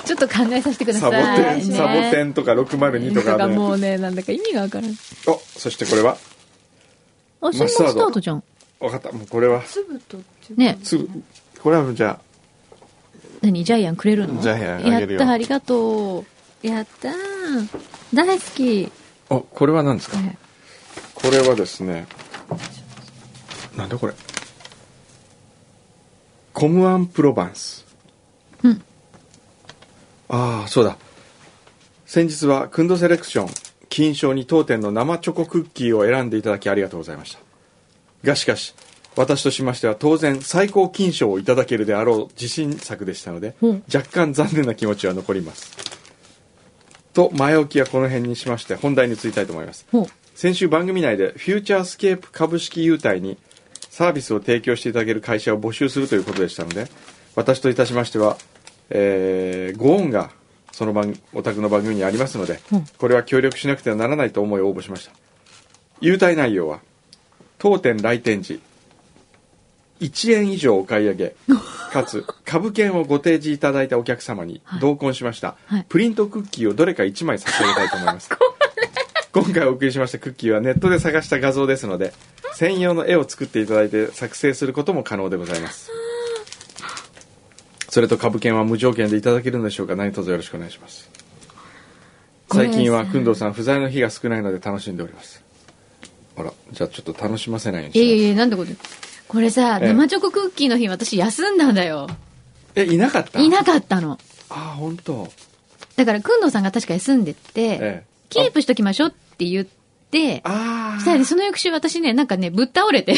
[SPEAKER 2] ちょっと考えさせてくだ
[SPEAKER 1] サ
[SPEAKER 2] さ
[SPEAKER 1] ボ
[SPEAKER 2] い。
[SPEAKER 1] テン、
[SPEAKER 2] ね
[SPEAKER 1] サボテンとか602と
[SPEAKER 2] と
[SPEAKER 1] か
[SPEAKER 2] か
[SPEAKER 1] ね
[SPEAKER 2] もうね、なんだか意味がわからん。あ、
[SPEAKER 1] おそしてこれは
[SPEAKER 2] それもスタートじゃん。
[SPEAKER 1] 分かったもうこれは
[SPEAKER 3] 粒とって
[SPEAKER 2] ね
[SPEAKER 1] すぐこれはじゃ
[SPEAKER 2] 何ジャイアンくれるの
[SPEAKER 1] ジャイアンあげるよ
[SPEAKER 2] やったありがとうやったー大好き
[SPEAKER 1] あおこれは何ですか
[SPEAKER 2] ね
[SPEAKER 1] これはですねなんだこれコムアンプロバンス
[SPEAKER 2] うん
[SPEAKER 1] ああそうだ先日はクンドセレクション金賞に当店の生チョコクッキーを選んでいただきありがとうございましたがしかし私としましては当然最高金賞をいただけるであろう自信作でしたので、
[SPEAKER 2] うん
[SPEAKER 1] 若干残念な気持ちは残りますと前置きはこの辺にしまして本題に移りたいと思います
[SPEAKER 2] ほう
[SPEAKER 1] 先週番組内でフューチャースケープ株式優待にサービスを提供していただける会社を募集するということでしたので私といたしましては、えーご恩がその番お宅の番組にありますので、
[SPEAKER 2] うん
[SPEAKER 1] これは協力しなくてはならないと思い応募しました優待内容は当店来店時1円以上お買い上 げかつ株券をご提示いただいたお客様に
[SPEAKER 2] はい
[SPEAKER 1] 同梱しました、
[SPEAKER 2] はい
[SPEAKER 1] プリントクッキーをどれか1枚差し上げたいと思います 今回お送りしましたクッキーはネットで探した画像ですので専用の絵を作っていただいて作成することも可能でござい ますそれと株券は無条件でいただけるのでしょうか何卒よろしくお願いします
[SPEAKER 2] ごめん
[SPEAKER 1] 最
[SPEAKER 2] なさい
[SPEAKER 1] 近は工藤さん不在の日が少ないので楽しんでおりますあら、じゃあちょっと楽しませないように
[SPEAKER 2] いやい
[SPEAKER 1] し
[SPEAKER 2] やいや、なんてことこれさ、
[SPEAKER 1] ええ
[SPEAKER 2] 生チョコクッキーの日私休んだんだよ。
[SPEAKER 1] え、いなかった
[SPEAKER 2] いなかったの。
[SPEAKER 1] あ、本当。
[SPEAKER 2] だから、くんどうさんが確か休んでって、
[SPEAKER 1] ええ
[SPEAKER 2] キープしときましょうって言って、
[SPEAKER 1] あ
[SPEAKER 2] したら
[SPEAKER 1] あ。
[SPEAKER 2] ね、その翌週私ね、なんかね、ぶっ倒れて、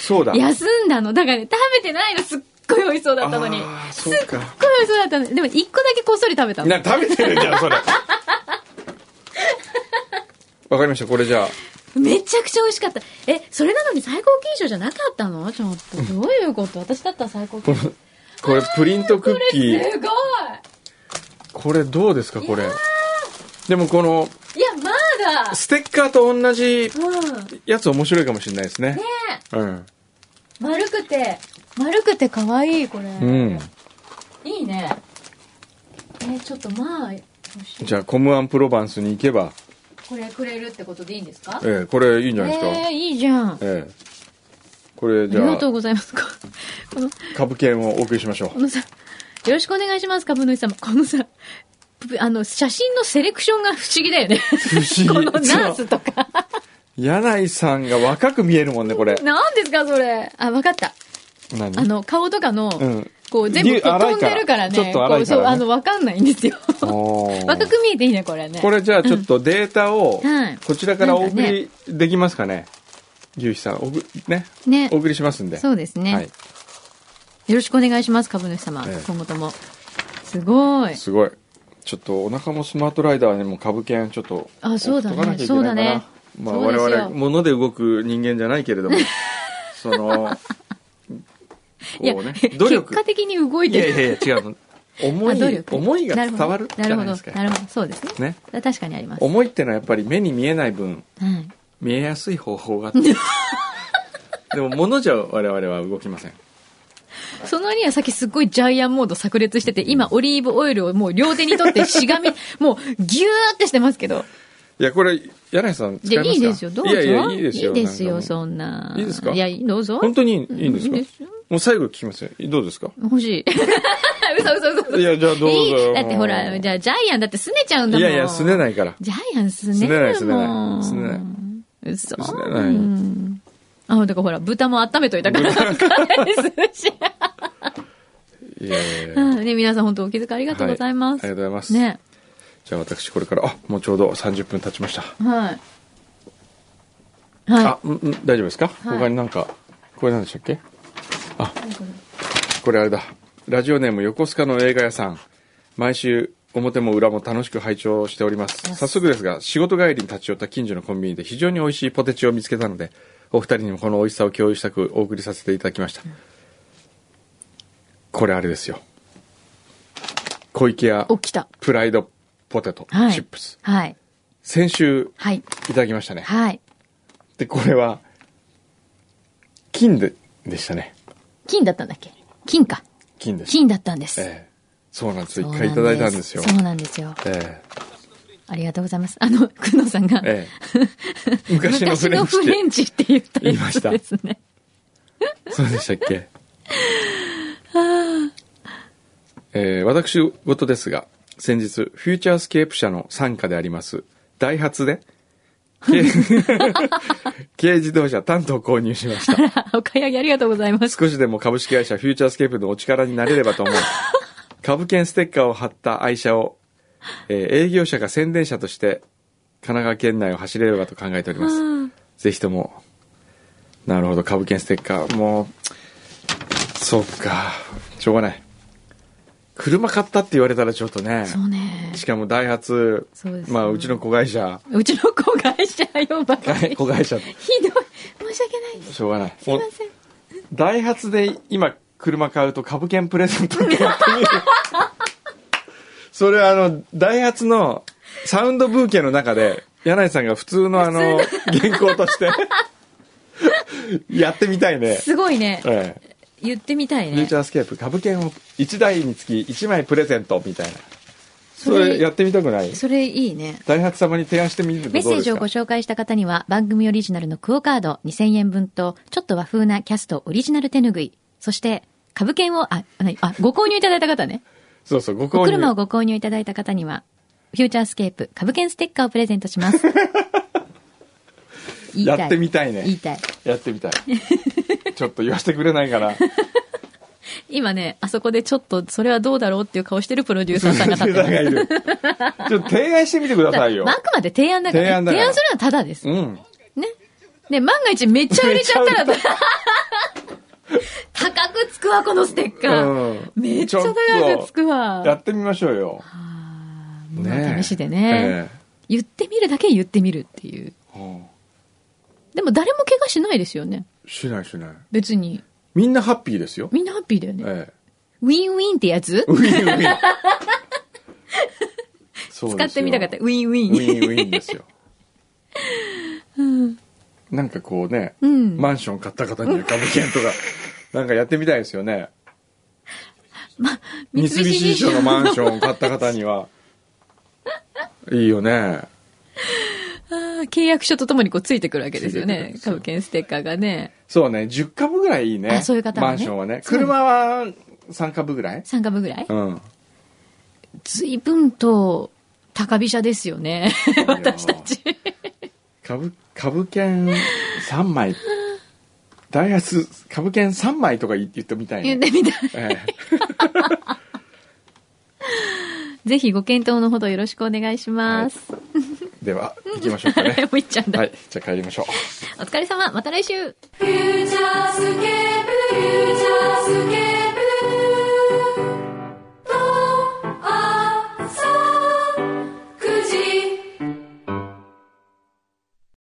[SPEAKER 1] そうだ。
[SPEAKER 2] 休んだの。だからね、食べてないの、すっごい美味しそうだったのに。す
[SPEAKER 1] あ
[SPEAKER 2] っ
[SPEAKER 1] ーそうか。
[SPEAKER 2] ごい美味しそうだったのに。でも、一個だけこっそり食べたの。
[SPEAKER 1] な、食べてるじゃん、それ。 わかりました、これじゃあ。
[SPEAKER 2] めちゃくちゃ美味しかった。え、それなのに最高金賞じゃなかったのちょっと、どういうこと私だったら最高金賞。
[SPEAKER 1] これプリントクッ
[SPEAKER 2] こ
[SPEAKER 1] キ
[SPEAKER 2] れ
[SPEAKER 1] ー。
[SPEAKER 2] すごい
[SPEAKER 1] これどうですか、これ。でもこの、
[SPEAKER 2] いや、まだ
[SPEAKER 1] ステッカーと同じ
[SPEAKER 2] うん。
[SPEAKER 1] やつ面白いかもしれないですね。
[SPEAKER 2] ねえ
[SPEAKER 1] うん。
[SPEAKER 2] 丸くて、丸くて可愛い、これ。
[SPEAKER 1] うん。
[SPEAKER 2] いいね。えーちょっとまあ、よし
[SPEAKER 1] じゃあ、コムアンプロバンスに行けば、
[SPEAKER 2] これくれるってことでいいんですか
[SPEAKER 1] ええこれいいんじゃないですか。
[SPEAKER 2] えー、いいじゃん。あ
[SPEAKER 1] ええこれ
[SPEAKER 2] り
[SPEAKER 1] じゃ
[SPEAKER 2] が
[SPEAKER 1] あ
[SPEAKER 2] と、うございます。ここの、
[SPEAKER 1] 株券をお送りしましょ
[SPEAKER 2] このさ、よろしくお願いします、株主様。このさ、ぷあの、写真のセレクションが不思議だよね。
[SPEAKER 1] 不思議
[SPEAKER 2] このナースとか。
[SPEAKER 1] う。柳井さんが若く見えるもんね、これ。
[SPEAKER 2] 何ですか、それ。あ、わかった。
[SPEAKER 1] 何
[SPEAKER 2] あの、顔とかの、
[SPEAKER 1] うん
[SPEAKER 2] こう、全部
[SPEAKER 1] 竜
[SPEAKER 2] こう
[SPEAKER 1] 荒い
[SPEAKER 2] 飛ん
[SPEAKER 1] から
[SPEAKER 2] でるからね。
[SPEAKER 1] ちょっと荒いからね
[SPEAKER 2] こうそう、あの、わかんないんですよ。
[SPEAKER 1] おー
[SPEAKER 2] 若く見えていいね、これね。
[SPEAKER 1] これじゃあちょっとデータを
[SPEAKER 2] はい
[SPEAKER 1] こちらからお送りできますかね牛肥さんおぶね
[SPEAKER 2] ね
[SPEAKER 1] お送りしますんで
[SPEAKER 2] そうですね。
[SPEAKER 1] はい
[SPEAKER 2] よろしくお願いします、株主様。
[SPEAKER 1] ええ
[SPEAKER 2] 今後とも。すごい。
[SPEAKER 1] すごいちょっとお腹もスマートライダーにも株券ちょっと
[SPEAKER 2] あそうだね
[SPEAKER 1] 送っとかなきゃいけないかな
[SPEAKER 2] そうだね
[SPEAKER 1] まあ
[SPEAKER 2] そうですよ
[SPEAKER 1] 我々物で動く人間じゃないけれ どもその
[SPEAKER 2] いや、
[SPEAKER 1] こうね努
[SPEAKER 2] 結
[SPEAKER 1] 力
[SPEAKER 2] 果的に動い
[SPEAKER 1] いや
[SPEAKER 2] て
[SPEAKER 1] い
[SPEAKER 2] る。
[SPEAKER 1] やいや違うの思
[SPEAKER 2] あ努
[SPEAKER 1] い
[SPEAKER 2] 力
[SPEAKER 1] 思いが伝わるじ
[SPEAKER 2] な
[SPEAKER 1] ゃ
[SPEAKER 2] る
[SPEAKER 1] ないで
[SPEAKER 2] ほど
[SPEAKER 1] す。
[SPEAKER 2] な
[SPEAKER 1] か
[SPEAKER 2] るほど。そうですね。
[SPEAKER 1] ね
[SPEAKER 2] 確かにあります。
[SPEAKER 1] 思いってのはやっぱり目に見えない分
[SPEAKER 2] はい。
[SPEAKER 1] 見えやすい方法が あってでも物じゃ我々は動きません
[SPEAKER 2] そのにはさっきすっごいジャイアンモード炸裂してて、今オリーブオイルをもう両手に取ってし がみ、もうギューってしてますけど。
[SPEAKER 1] いや、これ、柳井さん使
[SPEAKER 2] で
[SPEAKER 1] いますか
[SPEAKER 2] いいですよ、どうぞ。
[SPEAKER 1] いやいや、いいですよ。なんかもう
[SPEAKER 2] そんな。
[SPEAKER 1] いいですか
[SPEAKER 2] いや、どうぞ。
[SPEAKER 1] 本当にいいんですか、
[SPEAKER 2] いいですよ
[SPEAKER 1] もう最後聞きますよ。どうですか
[SPEAKER 2] 欲しい。 嘘嘘嘘嘘。
[SPEAKER 1] いやじゃあどうぞ
[SPEAKER 2] いいだってほら、じゃあジャイアンだって拗ねちゃうんだ
[SPEAKER 1] い
[SPEAKER 2] もん。
[SPEAKER 1] やいや、すね
[SPEAKER 2] い。
[SPEAKER 1] ないから。
[SPEAKER 2] ジャイアン拗ねるもん。
[SPEAKER 1] 拗ねない拗ね
[SPEAKER 2] ない。嘘。
[SPEAKER 1] 拗ねない
[SPEAKER 2] うんあ、だからほら、豚も温めとい たから。返すし。
[SPEAKER 1] いやいやい や。
[SPEAKER 2] うん ね、皆さん本当お気遣いありがとうございます。
[SPEAKER 1] はいありがとうございます
[SPEAKER 2] ね。
[SPEAKER 1] じゃあ私、これから、あ、もうちょうど30分経ちました。
[SPEAKER 2] はい。はい。
[SPEAKER 1] あ、うんうん大丈夫ですか、
[SPEAKER 2] い
[SPEAKER 1] 他になんか、これなんでしたっけあ、これあれだ。ラジオネーム横須賀の映画屋さん。毎週、表も裏も楽しく拝聴しております。早速ですが、仕事帰りに立ち寄った近所のコンビニで非常に美味しいポテチを見つけたので、お二人にもこの美味しさを共有したくお送りさせていただきました。これあれですよ。小池屋
[SPEAKER 2] お、来た。
[SPEAKER 1] プライドポテト、
[SPEAKER 2] はい
[SPEAKER 1] チップス。
[SPEAKER 2] はい。
[SPEAKER 1] 先週、
[SPEAKER 2] はい。
[SPEAKER 1] いただきましたね。
[SPEAKER 2] はい。
[SPEAKER 1] でこれは金ででしたね
[SPEAKER 2] 金だったんだっけ金か。
[SPEAKER 1] 金です
[SPEAKER 2] 金だったんです。
[SPEAKER 1] ええそうなんです
[SPEAKER 2] そう
[SPEAKER 1] 一
[SPEAKER 2] なんで
[SPEAKER 1] 回い
[SPEAKER 2] す
[SPEAKER 1] ただいたんですよ
[SPEAKER 2] そうなんですよ。
[SPEAKER 1] え
[SPEAKER 2] ありがとうございます。あの、くのさんが
[SPEAKER 1] え、え え昔のフ
[SPEAKER 2] 昔
[SPEAKER 1] レ
[SPEAKER 2] の
[SPEAKER 1] ンチ
[SPEAKER 2] フ
[SPEAKER 1] って
[SPEAKER 2] レンチって言った
[SPEAKER 1] 言いま
[SPEAKER 2] や
[SPEAKER 1] し
[SPEAKER 2] つ
[SPEAKER 1] た
[SPEAKER 2] ですね。
[SPEAKER 1] そうでしたっけえー私事ですが先日フューチャースケープ社の傘下でありますダイハツで 軽軽自動車担当購入しました
[SPEAKER 2] お買い上げありがとうございます。
[SPEAKER 1] 少しでも株式会社フューチャースケープのお力になれればと 思う。株券ステッカーを貼った愛車を、えー営業者が宣伝車として神奈川県内を走れればと考えております。ぜひとも、なるほど、株券ステッカー。もう、そうか、しょうがない。車買ったって言われたらちょっとね、
[SPEAKER 2] そうね。
[SPEAKER 1] しかもダイハツ
[SPEAKER 2] そうです、ね
[SPEAKER 1] まあうちの子会 社、
[SPEAKER 2] うちの子会社よ、ばかり。ひ
[SPEAKER 1] 子会社、
[SPEAKER 2] どい。申し訳ない。す
[SPEAKER 1] しょうがない。
[SPEAKER 2] いません。
[SPEAKER 1] ダイハツで今車買うと株券プレゼントになってみるそれあのダイハツのサウンドブーケの中で柳井さんが普通のあの原稿として やってみたいね
[SPEAKER 2] すごいね。
[SPEAKER 1] ええ
[SPEAKER 2] 言ってみたい
[SPEAKER 1] フュー
[SPEAKER 2] ね
[SPEAKER 1] チ。ャースケープ株券を1台につき1枚プレゼントみたいなそ
[SPEAKER 2] そ
[SPEAKER 1] れ
[SPEAKER 2] れ
[SPEAKER 1] やってみたくない
[SPEAKER 2] それいいね。
[SPEAKER 1] ダイハツ様に提案してみるとどうで
[SPEAKER 2] メッ
[SPEAKER 1] すか
[SPEAKER 2] セージをご紹介した方には番組オリジナルのクオカード2000円分と、ちょっと和風なキャストオリジナル手拭い、そして株券を、あ、なにあ、ご購入いただいた方ね。
[SPEAKER 1] そうそうご
[SPEAKER 2] お
[SPEAKER 1] 購入
[SPEAKER 2] 車をご購入いただいた方には、フューチャースケープ株券ステッカーをプレゼントします。言いた い
[SPEAKER 1] やってみたい
[SPEAKER 2] 言い
[SPEAKER 1] ね。
[SPEAKER 2] たい。
[SPEAKER 1] やってみたい。ちょっと言わせてくれないかな。
[SPEAKER 2] 今ね、あそこでちょっと、それはどうだろうっていう顔してるプロデューサーさんが 立ってま
[SPEAKER 1] がいる。
[SPEAKER 2] す。
[SPEAKER 1] ちょっと提案してみてくださいよ
[SPEAKER 2] まあ。あくまで提案だからね、
[SPEAKER 1] 提案だから
[SPEAKER 2] 提案するのはただです。
[SPEAKER 1] う
[SPEAKER 2] ね。
[SPEAKER 1] ん。
[SPEAKER 2] で、万が一めっちゃ売れちゃったら、高くつくわ、このステッカー。
[SPEAKER 1] うん
[SPEAKER 2] めっちゃ高くつくわ。
[SPEAKER 1] やってみましょうよ。
[SPEAKER 2] あー
[SPEAKER 1] ね
[SPEAKER 2] ま
[SPEAKER 1] え
[SPEAKER 2] あ試しでね、
[SPEAKER 1] え
[SPEAKER 2] 言ってみるだけ言ってみるっていう。
[SPEAKER 1] えうん
[SPEAKER 2] でも誰も怪我しないですよね。
[SPEAKER 1] しないしない。
[SPEAKER 2] 別に。
[SPEAKER 1] みんなハッピーですよ。
[SPEAKER 2] みんなハッピーだよね。
[SPEAKER 1] ええ
[SPEAKER 2] ウィンウィンってやつ
[SPEAKER 1] ウィンウィン。そうですよ
[SPEAKER 2] 使ってみたかった。ウィンウ
[SPEAKER 1] ウ
[SPEAKER 2] ィン。
[SPEAKER 1] ィンウィンですよ。なんかこうね、
[SPEAKER 2] うん
[SPEAKER 1] マンション買った方にはガブ券とか、なんかやってみたいですよね。三菱地所のマンションを買った方に は。いいよね。
[SPEAKER 2] あー契約書とともにこうついてくるわけですよ
[SPEAKER 1] ついてくるん
[SPEAKER 2] ね
[SPEAKER 1] で。すよ
[SPEAKER 2] 株券ステッカーがね。
[SPEAKER 1] そうね、10株ぐらいいいね。
[SPEAKER 2] あそういう方はね
[SPEAKER 1] マンションはね。
[SPEAKER 2] そう
[SPEAKER 1] 車は3株ぐらい
[SPEAKER 2] 3株ぐらい
[SPEAKER 1] うん。
[SPEAKER 2] 随分と高飛車ですよね。 私たち。
[SPEAKER 1] 株、株券3枚。ダイハツ、株券3枚とか言ってみたい
[SPEAKER 2] 言っ
[SPEAKER 1] ね。
[SPEAKER 2] てみたい。
[SPEAKER 1] ええ
[SPEAKER 2] ぜひご検討のほどよろしくお願いします。
[SPEAKER 1] では、行きましょうか ね。
[SPEAKER 2] もういっちゃうんだ。
[SPEAKER 1] はい、じゃあ帰りましょう。
[SPEAKER 2] お疲れ様。また来週。
[SPEAKER 5] 「フューチャースケープフューチャースケープル」